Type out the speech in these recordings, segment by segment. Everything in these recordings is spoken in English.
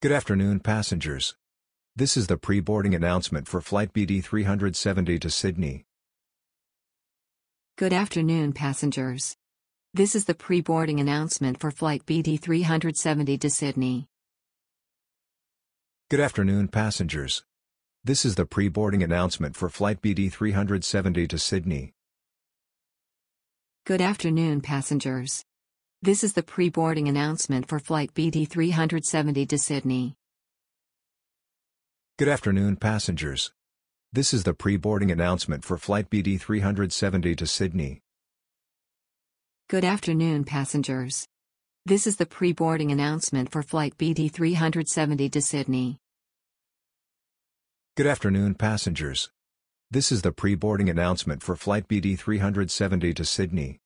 Good afternoon passengers. This is the pre-boarding announcement for flight BD 370 to Sydney. Good afternoon, passengers. This is the pre boarding announcement for Flight BD 370 to Sydney. Good afternoon passengers. This is the pre-boarding announcement for flight BD 370 to Sydney. Good afternoon, passengers. This is the pre boarding announcement for Flight BD 370 to Sydney. Good afternoon passengers. This is the pre-boarding announcement for flight BD 370 to Sydney. Good afternoon, passengers. This is the pre boarding announcement for Flight BD 370 to Sydney. Good afternoon passengers. This is the pre-boarding announcement for flight BD 370 to Sydney.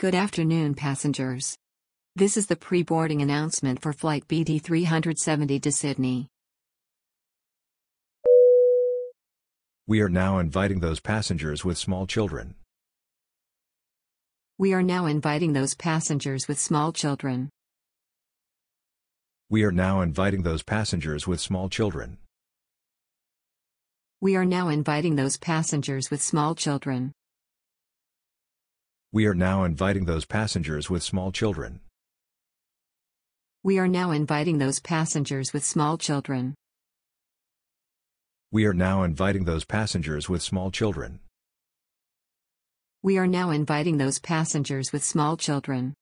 Good afternoon, passengers. This is the pre boarding announcement for Flight BD 370 to Sydney. We are now inviting those passengers with small children. We are now inviting those passengers with small children. We are now inviting those passengers with small children. We are now inviting those passengers with small children. We are now inviting those passengers with small children. We are now inviting those passengers with small children. We are now inviting those passengers with small children. We are now inviting those passengers with small children.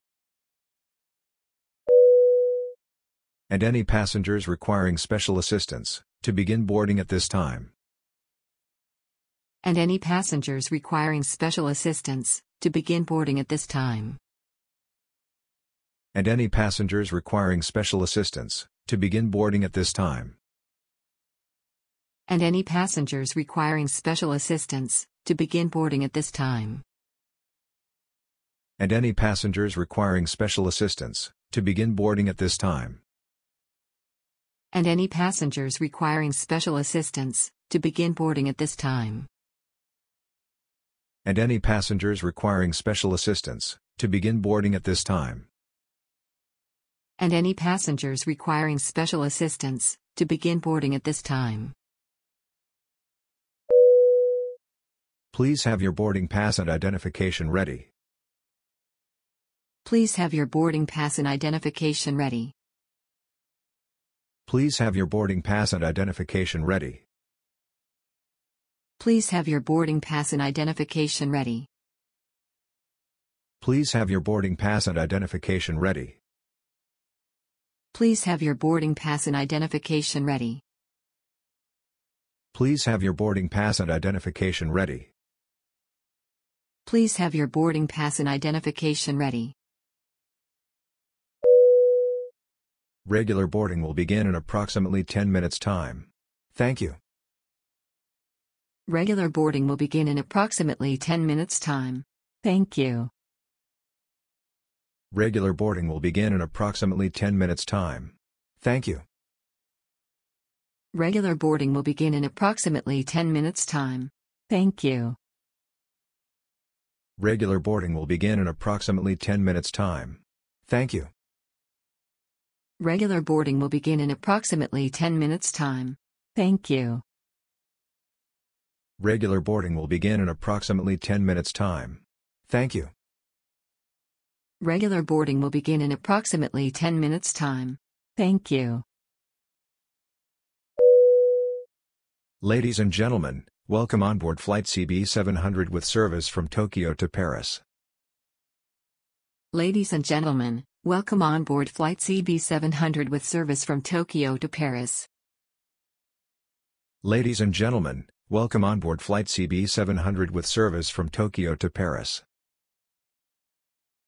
And any passengers requiring special assistance to begin boarding at this time. And any passengers requiring special assistance to begin boarding at this time. And any passengers requiring special assistance to begin boarding at this time. And any passengers requiring special assistance to begin boarding at this time. And any passengers requiring special assistance to begin boarding at this time. And any passengers requiring special assistance to begin boarding at this time. And any passengers requiring special assistance to begin boarding at this time. And any passengers requiring special assistance to begin boarding at this time. Please have your boarding pass and identification ready. Please have your boarding pass and identification ready. Please have your boarding pass and identification ready. Please have your boarding pass and identification ready. Please have your boarding pass and identification ready. Please have your boarding pass and identification ready. Please have your boarding pass and identification ready. Please have your boarding pass and identification ready. Regular boarding will begin in approximately 10 minutes time. Thank you. Regular boarding will begin in approximately 10 minutes time. Thank you. Regular boarding will begin in approximately 10 minutes time. Thank you. Regular boarding will begin in approximately 10 minutes time. Thank you. Regular boarding will begin in approximately 10 minutes time. Thank you. Regular boarding will begin in approximately 10 minutes time. Thank you. Regular boarding will begin in approximately 10 minutes time. Thank you. Regular boarding will begin in approximately 10 minutes time. Thank you. Ladies and gentlemen, welcome on board flight CB 700 with service from Tokyo to Paris. Ladies and gentlemen, welcome on board flight CB700 with service from Tokyo to Paris. Ladies and gentlemen, welcome on board flight CB 700 with service from Tokyo to Paris.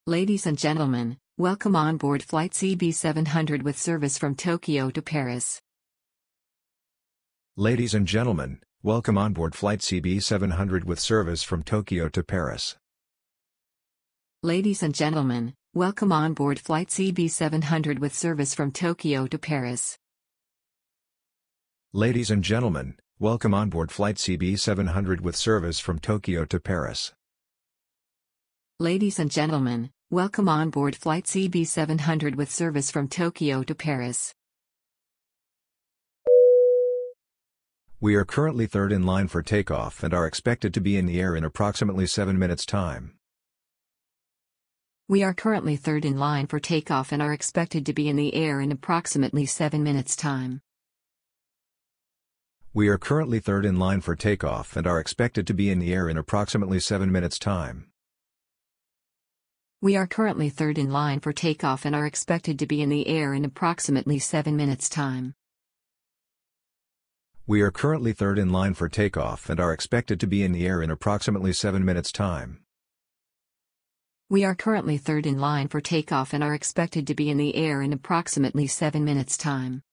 Ladies and gentlemen, welcome on board flight CB700 with service from Tokyo to Paris. Ladies and gentlemen, welcome on board flight CB 700 with service from Tokyo to Paris. Ladies and gentlemen, welcome on board flight CB700 with service from Tokyo to Paris. Ladies and gentlemen, welcome on board flight CB 700 with service from Tokyo to Paris. Ladies and gentlemen, Welcome on board Flight CB700 with service from Tokyo to Paris. We are currently third in line for takeoff and are expected to be in the air in approximately 7 minutes time. We are currently third in line for takeoff and are expected to be in the air in approximately 7 minutes time. We are currently third in line for takeoff and are expected to be in the air in approximately 7 minutes time. We are currently third in line for takeoff and are expected to be in the air in approximately 7 minutes time. We are currently third in line for takeoff and are expected to be in the air in approximately 7 minutes time. We are currently third in line for takeoff and are expected to be in the air in approximately 7 minutes time.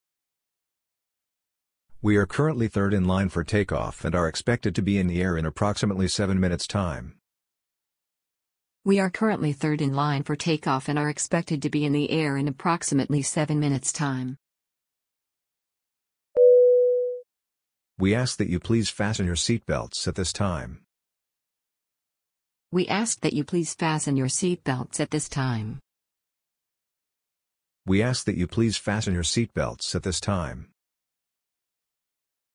We are currently third in line for takeoff and are expected to be in the air in approximately 7 minutes time. We are currently third in line for takeoff and are expected to be in the air in approximately 7 minutes time. We ask that you please fasten your seatbelts at this time. We ask that you please fasten your seatbelts at this time. We ask that you please fasten your seatbelts at this time.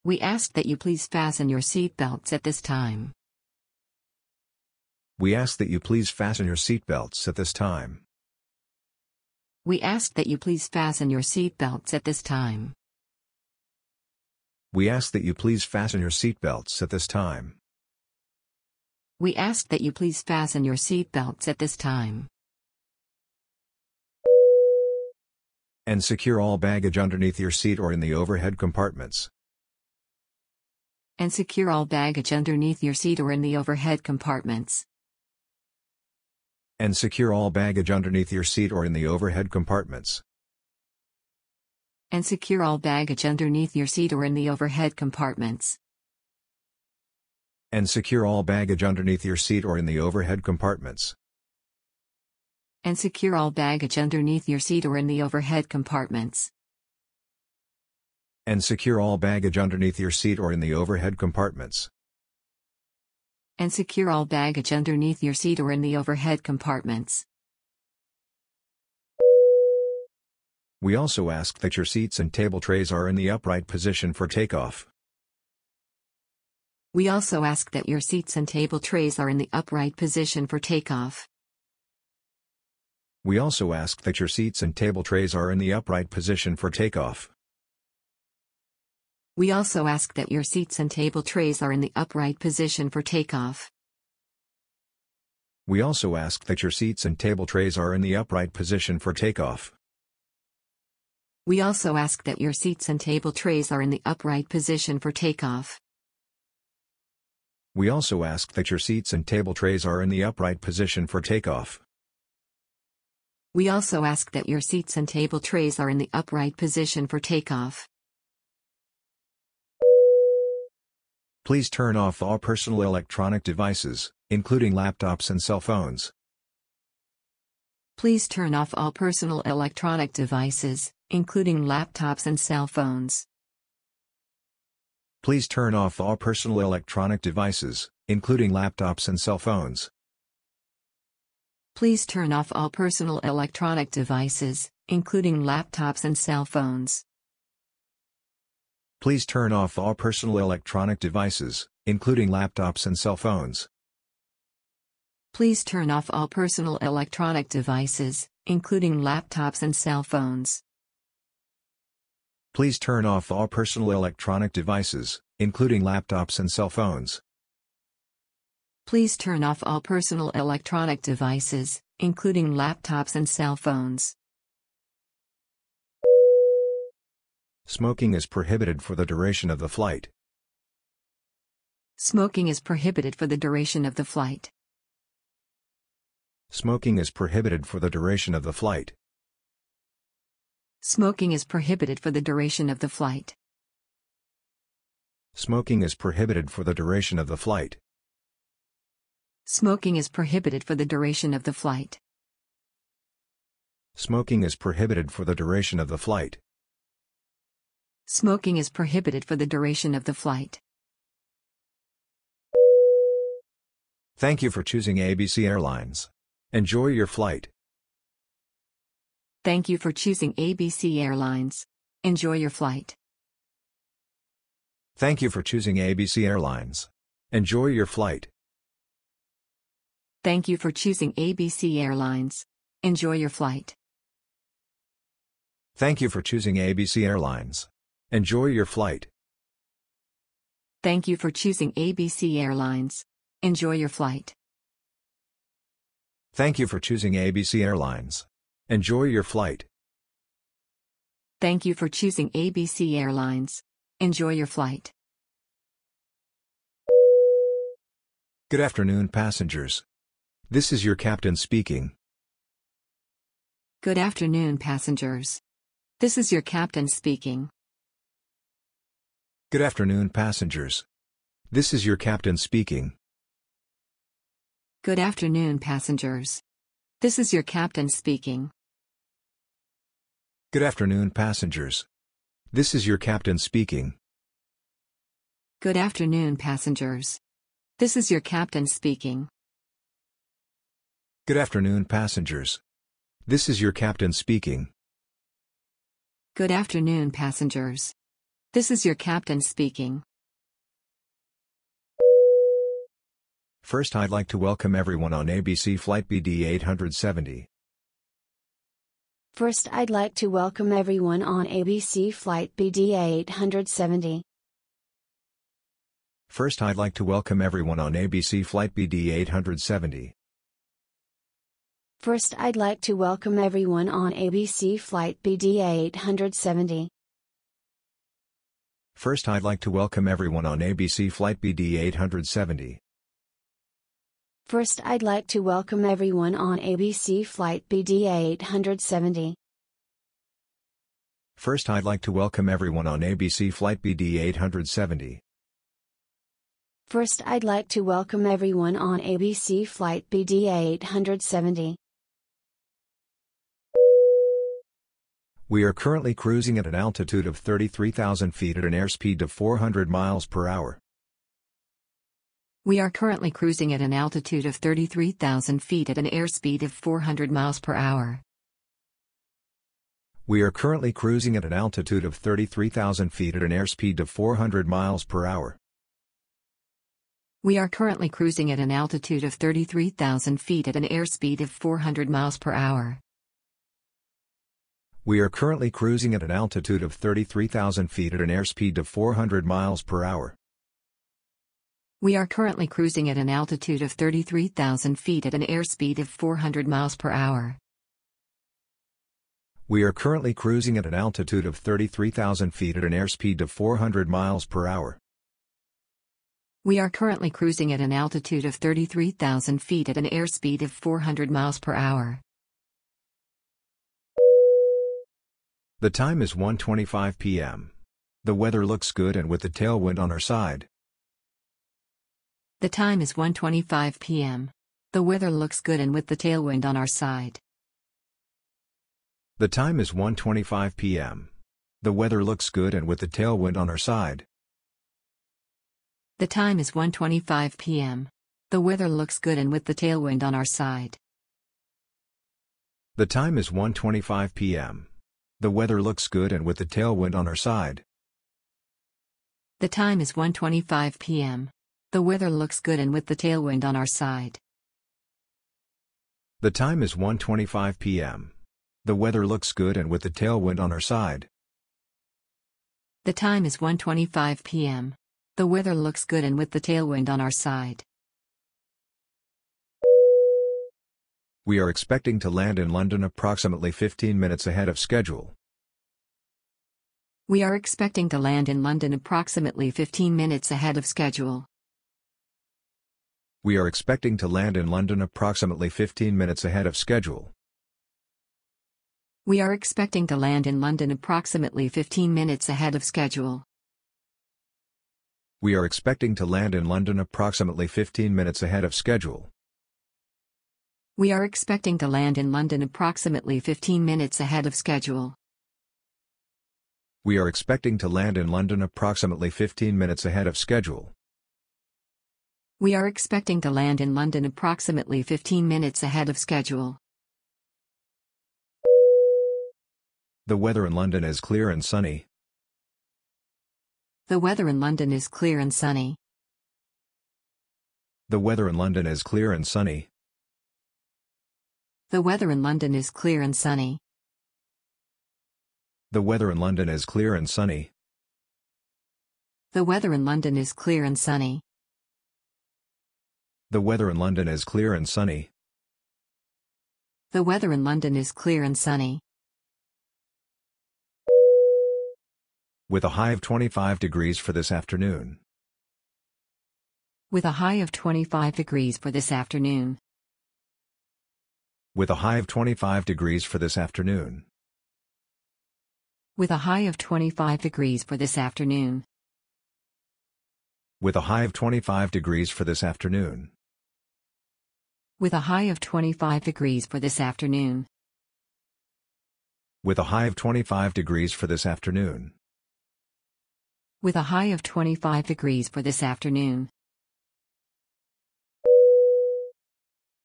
We ask that you please fasten your seatbelts at this time. We ask that you please fasten your seatbelts at this time. We ask that you please fasten your seatbelts at this time. We ask that you please fasten your seatbelts at this time. We ask that you please fasten your seatbelts at this time. And secure all baggage underneath your seat or in the overhead compartments. And secure all baggage underneath your seat or in the overhead compartments. And secure all baggage underneath your seat or in the overhead compartments. And secure all baggage underneath your seat or in the overhead compartments. And secure all baggage underneath your seat or in the overhead compartments. And secure all baggage underneath your seat or in the overhead compartments. And secure all baggage underneath your seat or in the overhead compartments. And secure all baggage underneath your seat or in the overhead compartments. We also ask that your seats and table trays are in the upright position for takeoff. We also ask that your seats and table trays are in the upright position for takeoff. We also ask that your seats and table trays are in the upright position for takeoff. We also ask that your seats and table trays are in the upright position for takeoff. We also ask that your seats and table trays are in the upright position for takeoff. We also ask that your seats and table trays are in the upright position for takeoff. We also ask that your seats and table trays are in the upright position for takeoff. We also ask that your seats and table trays are in the upright position for takeoff. Please turn off all personal electronic devices, including laptops and cell phones. Please turn off all personal electronic devices, including laptops and cell phones. Please turn off all personal electronic devices, including laptops and cell phones. Please turn off all personal electronic devices, including laptops and cell phones. Please turn off all personal electronic devices, including laptops and cell phones. Please turn off all personal electronic devices, including laptops and cell phones. Please turn off all personal electronic devices, including laptops and cell phones. Please turn off all personal electronic devices, including laptops and cell phones. Smoking is prohibited for the duration of the flight. Smoking is prohibited for the duration of the flight. Smoking is prohibited for the duration of the flight. Smoking is prohibited for the duration of the flight. Smoking is prohibited for the duration of the flight. Smoking is prohibited for the duration of the flight. Smoking is prohibited for the duration of the flight. Smoking is prohibited for the duration of the flight. Thank you for choosing ABC Airlines. Enjoy your flight. Thank you for choosing ABC Airlines. Enjoy your flight. Thank you for choosing ABC Airlines. Enjoy your flight. Thank you for choosing ABC Airlines. Enjoy your flight. Thank you for choosing ABC Airlines. Enjoy your flight. Thank you for choosing ABC Airlines. Enjoy your flight. Thank you for choosing ABC Airlines. Enjoy your flight. Thank you for choosing ABC Airlines. Enjoy your flight. Good afternoon, passengers. This is your captain speaking. Good afternoon, passengers. This is your captain speaking. Good afternoon, passengers. This is your captain speaking. Good afternoon, passengers. This is your captain speaking. Good afternoon, passengers. This is your captain speaking. Good afternoon, passengers. This is your captain speaking. Good afternoon, passengers. This is your captain speaking. Good afternoon, passengers. This is your captain speaking. First, I'd like to welcome everyone on ABC Flight BD 870. First, I'd like to welcome everyone on ABC Flight BD 870. First, I'd like to welcome everyone on ABC Flight BD 870. First, I'd like to welcome everyone on ABC Flight BD 870. First, I'd like to welcome everyone on ABC Flight BD 870. First, I'd like to welcome everyone on ABC Flight BD 870. First, I'd like to welcome everyone on ABC Flight BD 870. First, I'd like to welcome everyone on ABC Flight BD 870. We are currently cruising at an altitude of 33,000 feet at an airspeed of 400 miles per hour. We are currently cruising at an altitude of 33,000 feet at an airspeed of 400 miles per hour. We are currently cruising at an altitude of 33,000 feet at an airspeed of 400 miles per hour. We are currently cruising at an altitude of 33,000 feet at an airspeed of 400 miles per hour. We are currently cruising at an altitude of 33,000 feet at an airspeed of 400 miles per hour. We are currently cruising at an altitude of 33,000 feet at an airspeed of 400 miles per hour. We are currently cruising at an altitude of 33,000 feet at an airspeed of 400 miles per hour. We are currently cruising at an altitude of 33,000 feet at an airspeed of 400 miles per hour. The time is 1:25 p.m. The weather looks good and with the tailwind on our side. The time is 1:25 p.m. The weather looks good and with the tailwind on our side. The time is 1:25 p.m. The weather looks good and with the tailwind on our side. The time is 1:25 p.m. The weather looks good and with the tailwind on our side. The time is 1:25 p.m. The weather looks good and with the tailwind on our side. The time is 1:25 p.m. The weather looks good and with the tailwind on our side. The time is 1:25 p.m. The weather looks good and with the tailwind on our side. The time is 1:25 p.m. The weather looks good and with the tailwind on our side. We are expecting to land in London approximately 15 minutes ahead of schedule. We are expecting to land in London approximately 15 minutes ahead of schedule. We are expecting to land in London approximately 15 minutes ahead of schedule. We are expecting to land in London approximately 15 minutes ahead of schedule. We are expecting to land in London approximately 15 minutes ahead of schedule. We are expecting to land in London approximately 15 minutes ahead of schedule. We are expecting to land in London approximately 15 minutes ahead of schedule. We are expecting to land in London approximately 15 minutes ahead of schedule. The weather in London is clear and sunny. The weather in London is clear and sunny. The weather in London is clear and sunny. The weather in London is clear and sunny. The weather in London is clear and sunny. The weather in London is clear and sunny. The weather in London is clear and sunny. The weather in London is clear and sunny. With a high of 25 degrees for this afternoon. With a high of 25 degrees for this afternoon. With a high of 25 degrees for this afternoon. With a high of 25 degrees for this afternoon. With a high of 25 degrees for this afternoon. With a high of 25 degrees for this afternoon. With a high of 25 degrees for this afternoon. With a high of 25 degrees for this afternoon.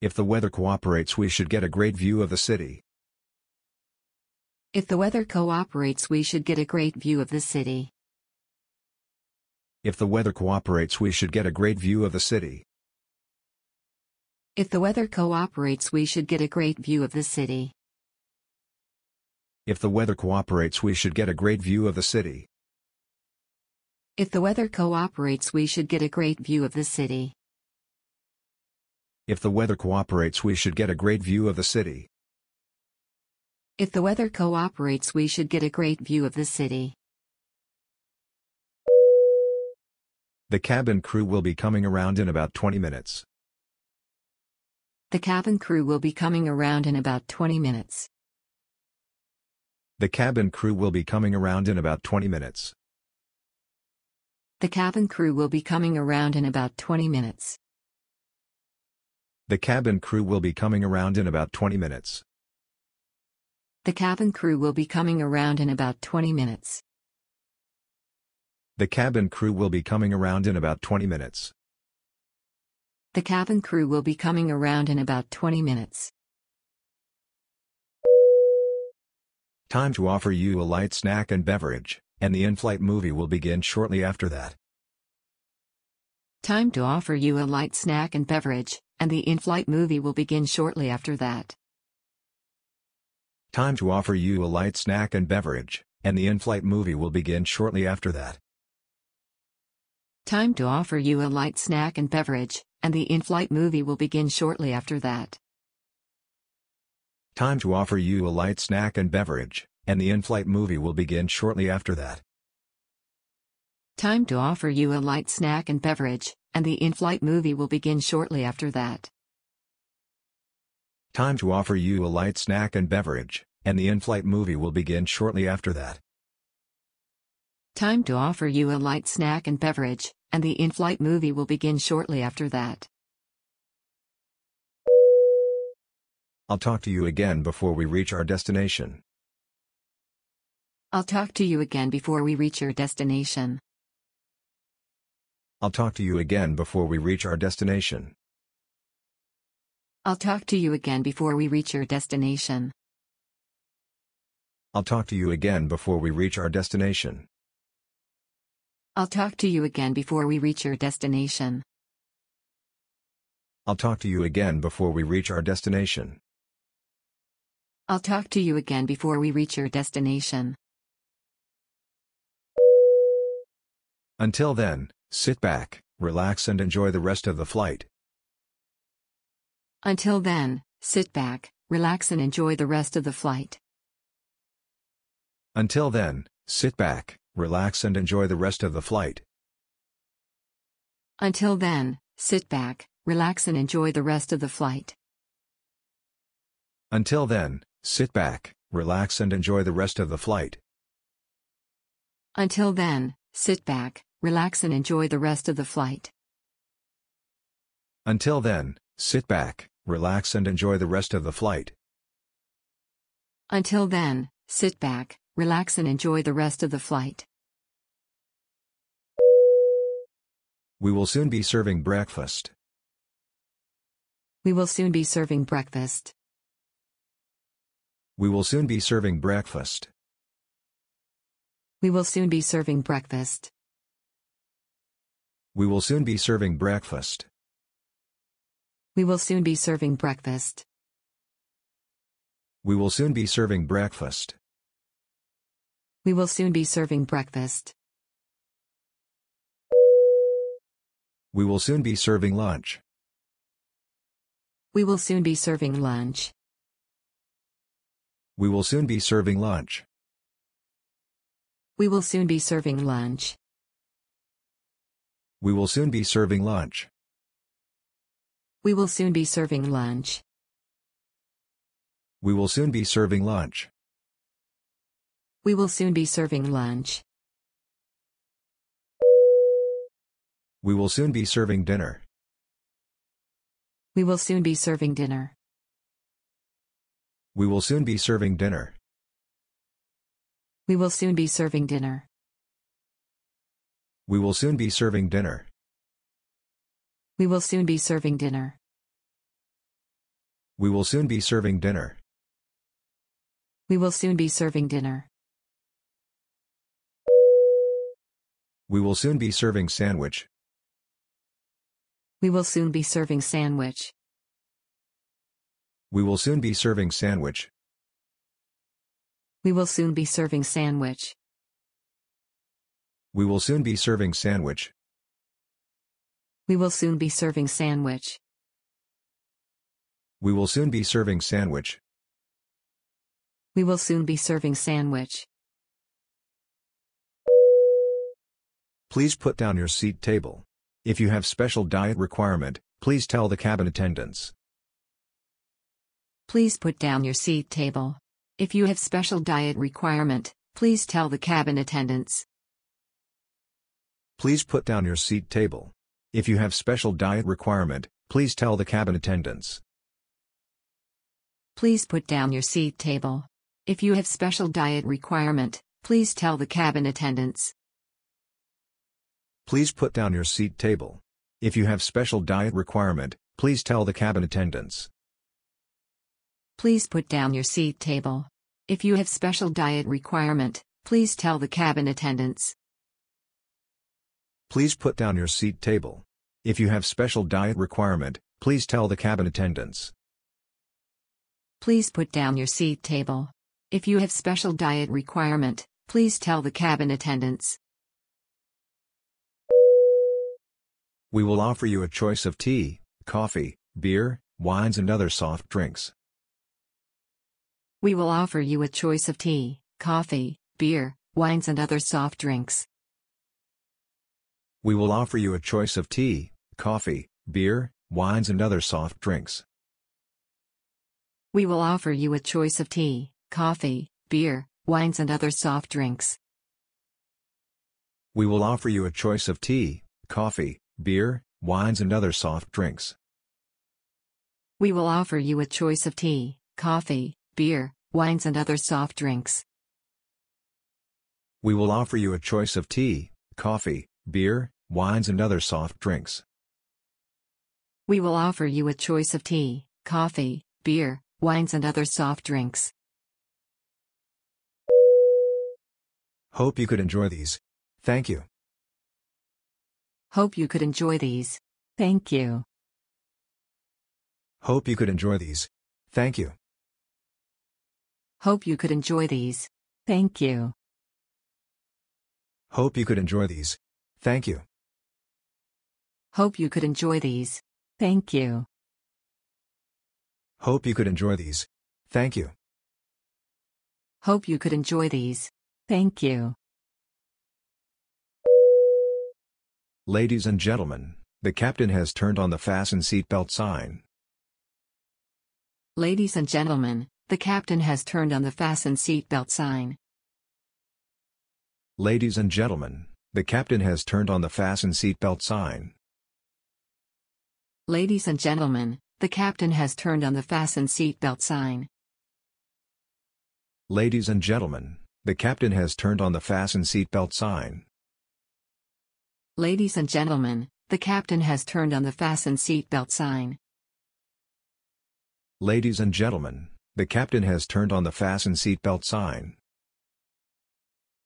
If the weather cooperates, we should get a great view of the city. If the weather cooperates, we should get a great view of the city. If the weather cooperates, we should get a great view of the city. If the weather cooperates, we should get a great view of the city. If the weather cooperates, we should get a great view of the city. If the weather cooperates, we should get a great view of the city. If the weather cooperates, we should get a great view of the city. If the weather cooperates, we should get a great view of the city. The cabin crew will be coming around in about 20 minutes. The cabin crew will be coming around in about 20 minutes. The cabin crew will be coming around in about 20 minutes. The cabin crew will be coming around in about 20 minutes. The cabin crew will be coming around in about 20 minutes. The cabin crew will be coming around in about 20 minutes. The cabin crew will be coming around in about 20 minutes. The cabin crew will be coming around in about 20 minutes. Time to offer you a light snack and beverage, and the in flight movie will begin shortly after that. Time to offer you a light snack and beverage, and the in flight movie will begin shortly after that. Time to offer you a light snack and beverage, and the in flight movie will begin shortly after that. Time to offer you a light snack and beverage, and the in flight movie will begin shortly after that. Time to offer you a light snack and beverage, and the in flight movie will begin shortly after that. Time to offer you a light snack and beverage, and the in flight movie will begin shortly after that. Time to offer you a light snack and beverage, and the in flight movie will begin shortly after that. Time to offer you a light snack and beverage, and the in flight movie will begin shortly after that. I'll talk to you again before we reach our destination. I'll talk to you again before we reach your destination. I'll talk to you again before we reach our destination. I'll talk to you again before we reach your destination. I'll talk to you again before we reach our destination. I'll talk to you again before we reach your destination. I'll talk to you again before we reach our destination. I'll talk to you again before we reach your destination. Until then, sit back, relax, and enjoy the rest of the flight. Until then, sit back, relax, and enjoy the rest of the flight. Until then, sit back, relax, and enjoy the rest of the flight. Until then, sit back, relax, and enjoy the rest of the flight. Until then, sit back, relax, and enjoy the rest of the flight. Until then, sit back, relax, and enjoy the rest of the flight. Until then, sit back, relax, and enjoy the rest of the flight. Until then, sit back, relax, and enjoy the rest of the flight. We will soon be serving breakfast. We will soon be serving breakfast. We will soon be serving breakfast. We will soon be serving breakfast. We will soon be serving breakfast. We will soon be serving breakfast. We will soon be serving breakfast. We will soon be serving breakfast. We will soon be serving lunch. We will soon be serving lunch. We will soon be serving lunch. We will soon be serving lunch. We will soon be serving lunch. We will soon be serving lunch. We will soon be serving lunch. We will soon be serving lunch. We will soon be serving dinner. We will soon be serving dinner. We will soon be serving dinner. We will soon be serving dinner. We will soon be serving dinner. We will soon be serving dinner. We will soon be serving dinner. We will soon be serving dinner. We will soon be serving sandwich. We will soon be serving sandwich. We will soon be serving sandwich. We will soon be serving sandwich. We will soon be serving sandwich. We will soon be serving sandwich. We will soon be serving sandwich. We will soon be serving sandwich. Please put down your seat table. If you have special diet requirement, please tell the cabin attendants. Please put down your seat table. If you have special diet requirement, please tell the cabin attendants. Please put down your seat table. If you have special diet requirement, please tell the cabin attendants. Please put down your seat table. If you have special diet requirement, please tell the cabin attendants. Please put down your seat table. If you have special diet requirement, please tell the cabin attendants. Please put down your seat table. If you have special diet requirement, please tell the cabin attendants. Please put down your seat table. If you have special diet requirement, please tell the cabin attendants. Please put down your seat table. If you have special diet requirement, please tell the cabin attendants. We will offer you a choice of tea, coffee, beer, wines and other soft drinks. We will offer you a choice of tea, coffee, beer, wines, and other soft drinks. We will offer you a choice of tea, coffee, beer, wines, and other soft drinks. We will offer you a choice of tea, coffee, beer, wines, and other soft drinks. We will offer you a choice of tea, coffee, beer, wines, and other soft drinks. We will offer you a choice of tea, coffee, beer, wines, and other soft drinks. We will offer you a choice of tea, coffee, beer, wines, and other soft drinks. We will offer you a choice of tea, coffee, beer, wines, and other soft drinks. Hope you could enjoy these. Thank you. Hope you could enjoy these. Thank you. Hope you could enjoy these. Thank you. Hope you could enjoy these. Thank you. Hope you could enjoy these. Thank you. Hope you could enjoy these. Thank you. Hope you could enjoy these. Thank you. Hope you could enjoy these. Thank you. Ladies and gentlemen, the captain has turned on the fasten seatbelt sign. Ladies and gentlemen, the captain has turned on the fasten seatbelt sign. Ladies and gentlemen, the captain has turned on the fasten seatbelt sign. Ladies and gentlemen, the captain has turned on the fasten seatbelt sign. Ladies and gentlemen, the captain has turned on the fasten seatbelt sign. Ladies and gentlemen, The captain has turned on the fasten seatbelt sign. Ladies and gentlemen, the captain has turned on the fasten seatbelt sign.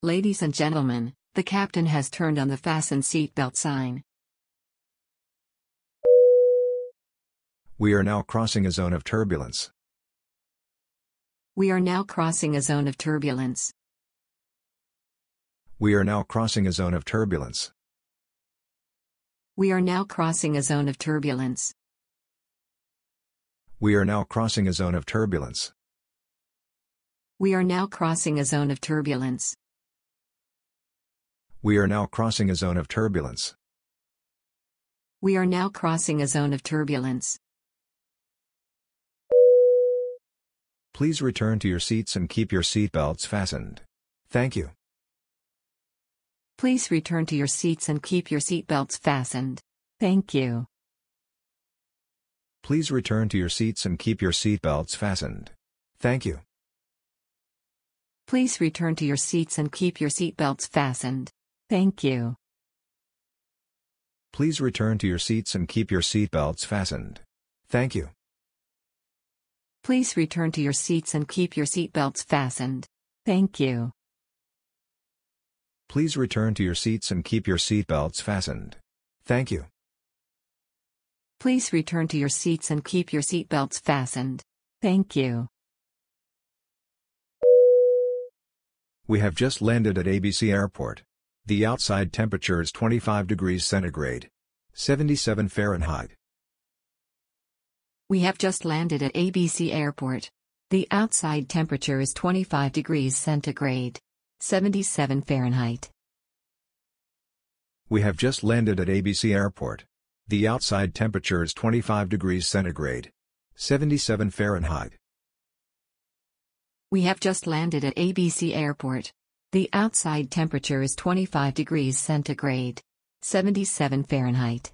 Ladies and gentlemen, the captain has turned on the fasten seatbelt sign. We are now crossing a zone of turbulence. We are now crossing a zone of turbulence. We are now crossing a zone of turbulence. We are now crossing a zone of turbulence. We are now crossing a zone of turbulence. We are now crossing a zone of turbulence. We are now crossing a zone of turbulence. We are now crossing a zone of turbulence. Please return to your seats and keep your seatbelts fastened. Thank you. Please return to your seats and keep your seatbelts fastened. Thank you. Please return to your seats and keep your seatbelts fastened. Thank you. Please return to your seats and keep your seatbelts fastened. Thank you. Please return to your seats and keep your seatbelts fastened. Thank you. Please return to your seats and keep your seatbelts fastened. Thank you. Please return to your seats and keep your seatbelts fastened. Thank you. Please return to your seats and keep your seatbelts fastened. Thank you. We have just landed at ABC Airport. The outside temperature is 25 degrees centigrade, 77 Fahrenheit. We have just landed at ABC Airport. The outside temperature is 25 degrees centigrade, 77 Fahrenheit. We have just landed at ABC Airport. The outside temperature is 25 degrees centigrade, 77 Fahrenheit. We have just landed at ABC Airport. The outside temperature is 25 degrees centigrade, 77 Fahrenheit.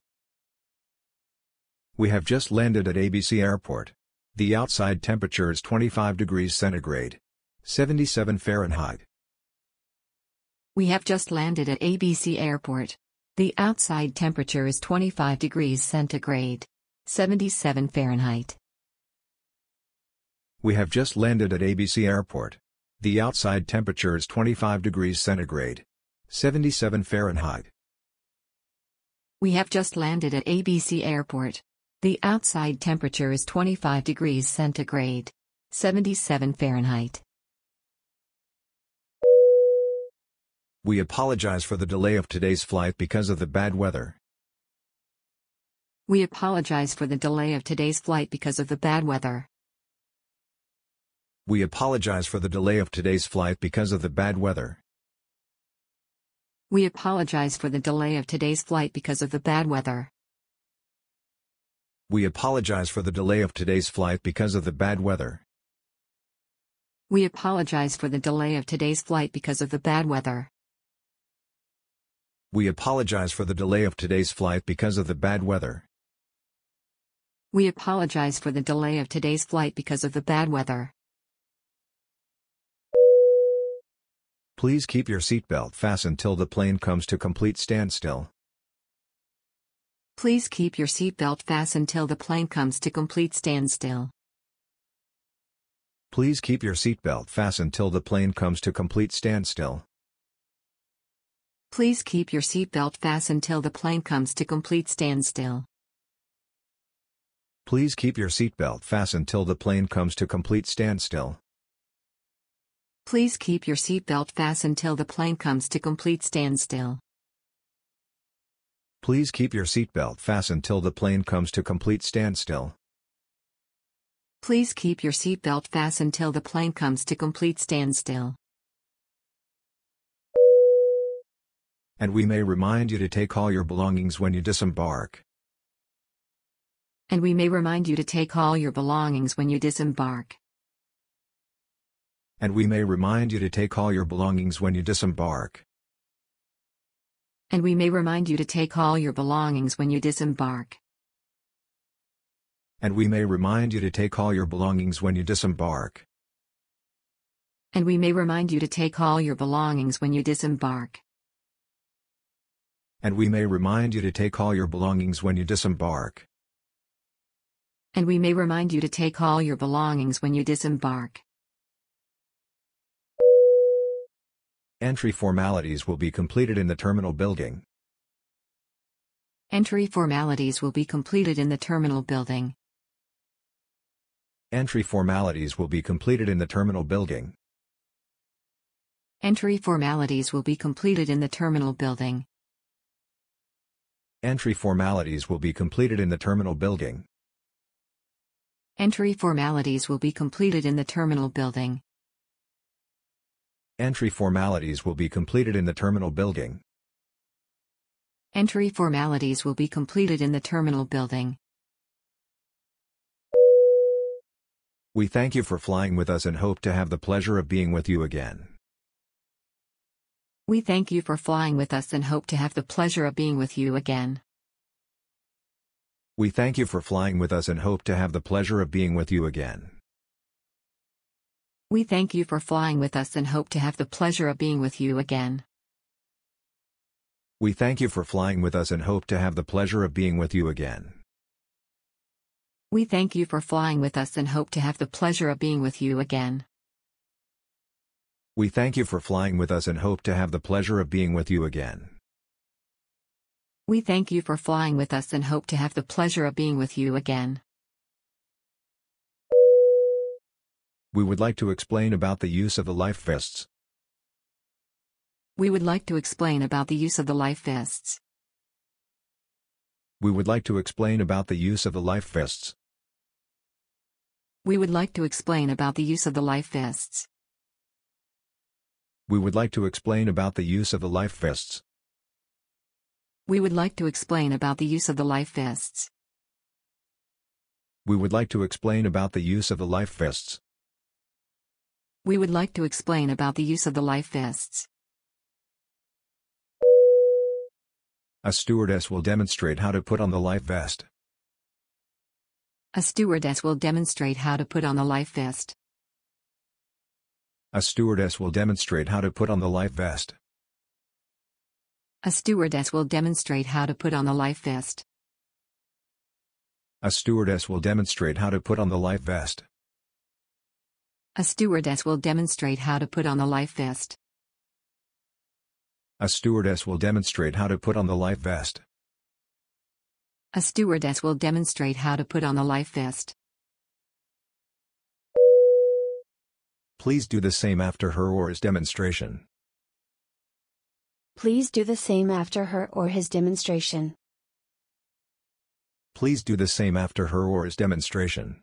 We have just landed at ABC Airport. The outside temperature is 25 degrees centigrade, 77 Fahrenheit. We have just landed at ABC Airport. The outside temperature is 25 degrees centigrade, 77 Fahrenheit. We have just landed at ABC Airport. The outside temperature is 25 degrees centigrade, 77 Fahrenheit. We have just landed at ABC Airport. The outside temperature is 25 degrees centigrade, 77 Fahrenheit. We apologize for the delay of today's flight because of the bad weather. We apologize for the delay of today's flight because of the bad weather. We apologize for the delay of today's flight because of the bad weather. We apologize for the delay of today's flight because of the bad weather. We apologize for the delay of today's flight because of the bad weather. We apologize for the delay of today's flight because of the bad weather. We apologize for the delay of today's flight because of the bad weather. We apologize for the delay of today's flight because of the bad weather. Please keep your seatbelt fastened till the plane comes to complete standstill. Please keep your seatbelt fastened till the plane comes to complete standstill. Please keep your seatbelt fastened till the plane comes to complete standstill. Please keep your seatbelt fastened till the plane comes to complete standstill. Please keep your seatbelt fastened till the plane comes to complete standstill. Please keep your seatbelt fastened till the plane comes to complete standstill. Please keep your seatbelt fastened till the plane comes to complete standstill. Please keep your seatbelt fastened till the plane comes to complete standstill. And we may remind you to take all your belongings when you disembark. And we may remind you to take all your belongings when you disembark. And we may remind you to take all your belongings when you disembark. And we may remind you to take all your belongings when you disembark. And we may remind you to take all your belongings when you disembark. And we may remind you to take all your belongings when you disembark. and we may remind you to take all your belongings when you disembark. And we may remind you to take all your belongings when you disembark. Entry formalities will be completed in the terminal building. Entry formalities will be completed in the terminal building. Entry formalities will be completed in the terminal building. Entry formalities will be completed in the terminal building. Entry formalities will be completed in the terminal building. Entry formalities will be completed in the terminal building. Entry formalities will be completed in the terminal building. Entry formalities will be completed in the terminal building. We thank you for flying with us and hope to have the pleasure of being with you again. We thank you for flying with us and hope to have the pleasure of being with you again. We thank you for flying with us and hope to have the pleasure of being with you again. We thank you for flying with us and hope to have the pleasure of being with you again. We thank you for flying with us and hope to have the pleasure of being with you again. We thank you for flying with us and hope to have the pleasure of being with you again. We thank you for flying with us and hope to have the pleasure of being with you again. We thank you for flying with us and hope to have the pleasure of being with you again. We would like to explain about the use of the life vests. We would like to explain about the use of the life vests. We would like to explain about the use of the life vests. We would like to explain about the use of the life vests. We would like to explain about the use of the life vests. We would like to explain about the use of the life vests. We would like to explain about the use of the life vests. We would like to explain about the use of the life vests. A stewardess will demonstrate how to put on the life vest. A stewardess will demonstrate how to put on the life vest. A stewardess will demonstrate how to put on the life vest. A stewardess will demonstrate how to put on the life vest. A stewardess will demonstrate how to put on the life vest. A stewardess will demonstrate how to put on the life vest. A stewardess will demonstrate how to put on the life vest. A stewardess will demonstrate how to put on the life vest. Please do the same after her or his demonstration. Please do the same after her or his demonstration. Please do the same after her or his demonstration.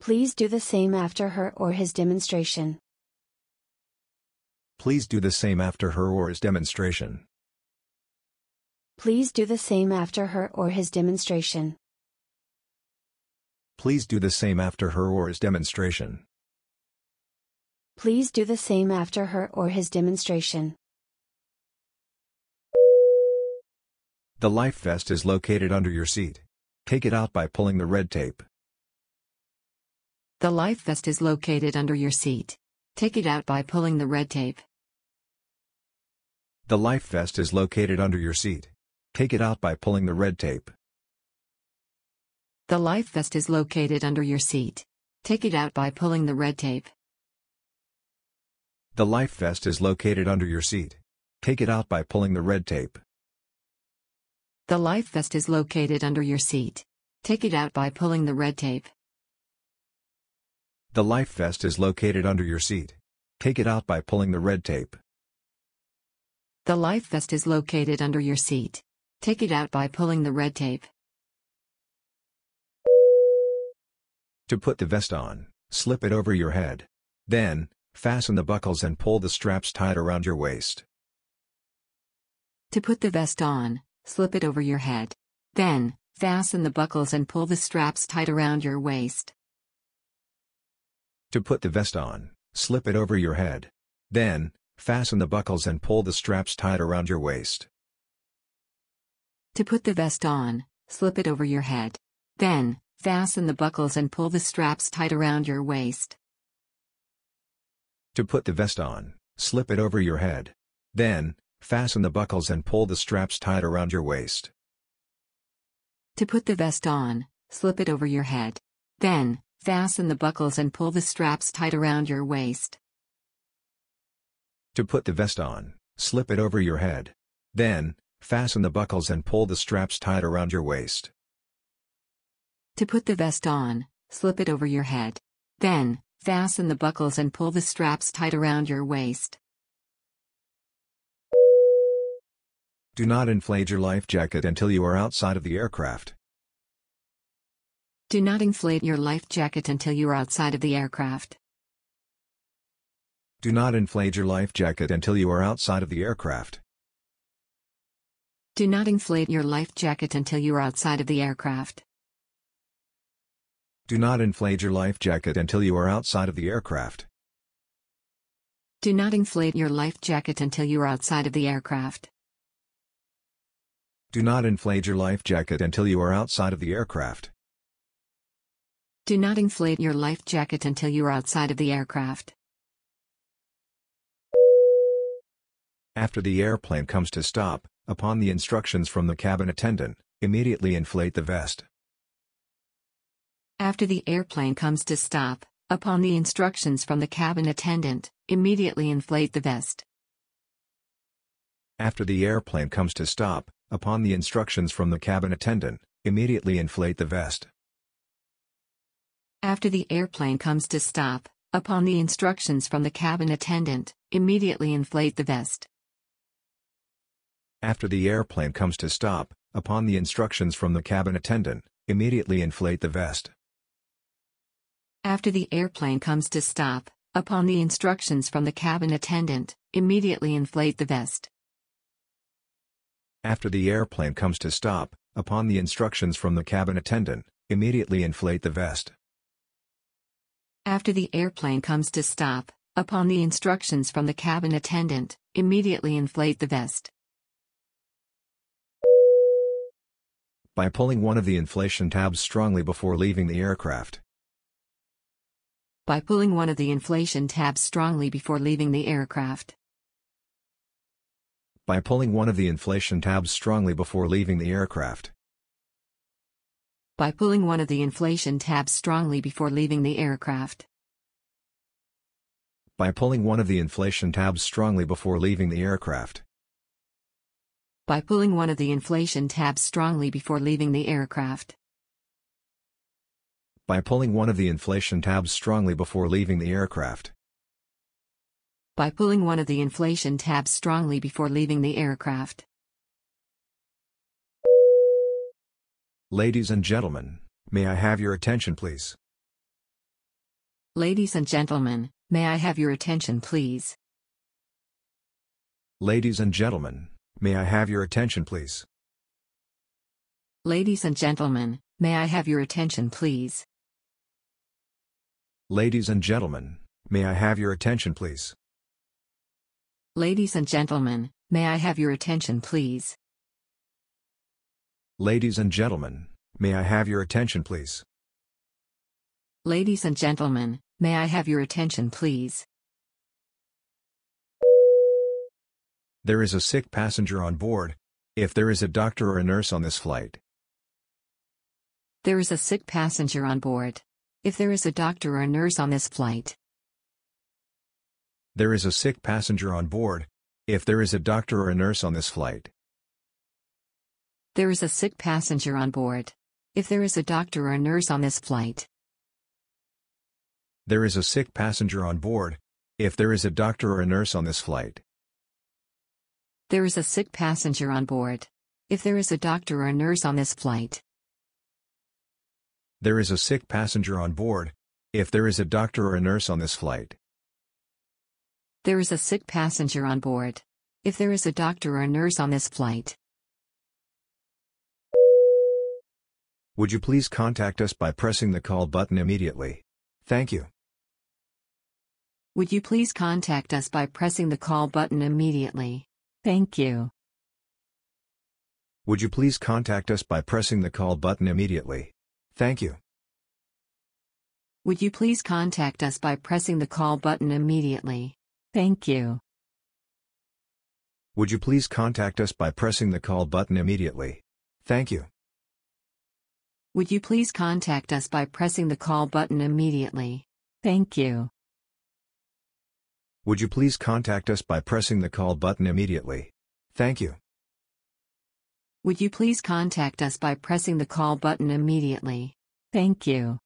Please do the same after her or his demonstration. Please do the same after her or his demonstration. Please do the same after her or his demonstration. Please do the same after her or his demonstration. Please do the same after her or his demonstration. The life vest is located under your seat. Take it out by pulling the red tape. The life vest is located under your seat. Take it out by pulling the red tape. The life vest is located under your seat. Take it out by pulling the red tape. The life vest is located under your seat. Take it out by pulling the red tape. The life vest is located under your seat. Take it out by pulling the red tape. The life vest is located under your seat. Take it out by pulling the red tape. The life vest is located under your seat. Take it out by pulling the red tape. The life vest is located under your seat. Take it out by pulling the red tape. To put the vest on, slip it over your head. Then, fasten the buckles and pull the straps tight around your waist. To put the vest on, slip it over your head. Then, fasten the buckles and pull the straps tight around your waist. To put the vest on, slip it over your head. Then, fasten the buckles and pull the straps tight around your waist. To put the vest on, slip it over your head. Then, fasten the buckles and pull the straps tight around your waist. To put the vest on, slip it over your head. Then, Fasten the buckles and pull the straps tight around your waist. To put the vest on, slip it over your head. Then, fasten the buckles and pull the straps tight around your waist. To put the vest on, slip it over your head. Then, fasten the buckles and pull the straps tight around your waist. To put the vest on, slip it over your head. Then, fasten the buckles and pull the straps tight around your waist. Do not inflate your life jacket until you are outside of the aircraft. Do not inflate your life jacket until you are outside of the aircraft. Do not inflate your life jacket until you are outside of the aircraft. Do not inflate your life jacket until you are outside of the aircraft. Do not inflate your life jacket until you are outside of the aircraft. Do not inflate your life jacket until you are outside of the aircraft. Do not inflate your life jacket until you are outside of the aircraft. Do not inflate your life jacket until you are outside of the aircraft. After the airplane comes to stop, upon the instructions from the cabin attendant, immediately inflate the vest. After the airplane comes to stop, upon the instructions from the cabin attendant, immediately inflate the vest. After the airplane comes to stop, upon the instructions from the cabin attendant, immediately inflate the vest. After the airplane comes to stop, upon the instructions from the cabin attendant, immediately inflate the vest. After the airplane comes to stop, upon the instructions from the cabin attendant, immediately inflate the vest. After the airplane comes to stop, upon the instructions from the cabin attendant, immediately inflate the vest. After the airplane comes to stop, upon the instructions from the cabin attendant, immediately inflate the vest. After the airplane comes to stop, upon the instructions from the cabin attendant, immediately inflate the vest. By pulling one of the inflation tabs strongly before leaving the aircraft. By pulling one of the inflation tabs strongly before leaving the aircraft. By pulling one of the inflation tabs strongly before leaving the aircraft. By pulling one of the inflation tabs strongly before leaving the aircraft. By pulling one of the inflation tabs strongly before leaving the aircraft. By pulling one of the inflation tabs strongly before leaving the aircraft. By pulling one of the inflation tabs strongly before leaving the aircraft. By pulling one of the inflation tabs strongly before leaving the aircraft. Ladies and gentlemen, may I have your attention please? Ladies and gentlemen, may I have your attention please? Ladies and gentlemen, may I have your attention please? Ladies and gentlemen, may I have your attention please? Ladies and gentlemen, may I have your attention please? Ladies and gentlemen, may I have your attention please? Ladies and gentlemen, may I have your attention please? Ladies and gentlemen, may I have your attention please? There is a sick passenger on board. If there is a doctor or a nurse on this flight. There is a sick passenger on board. If there is a doctor or nurse on this flight. There is a sick passenger on board. If there is a doctor or a nurse on this flight. There is a sick passenger on board. If there is a doctor or nurse on this flight. There is a sick passenger on board. If there is a doctor or a nurse on this flight. There is a sick passenger on board. If there is a doctor or a nurse on this flight. There is a sick passenger on board. If there is a doctor or a nurse on this flight. There is a sick passenger on board. If there is a doctor or a nurse on this flight. Would you please contact us by pressing the call button immediately? Thank you. Would you please contact us by pressing the call button immediately? Thank you. Would you please contact us by pressing the call button immediately? Thank you. Would you please contact us by pressing the call button immediately? Thank you. Would you please contact us by pressing the call button immediately? Thank you. Would you please contact us by pressing the call button immediately? Thank you. Would you please contact us by pressing the call button immediately? Thank you. Would you please contact us by pressing the call button immediately? Thank you.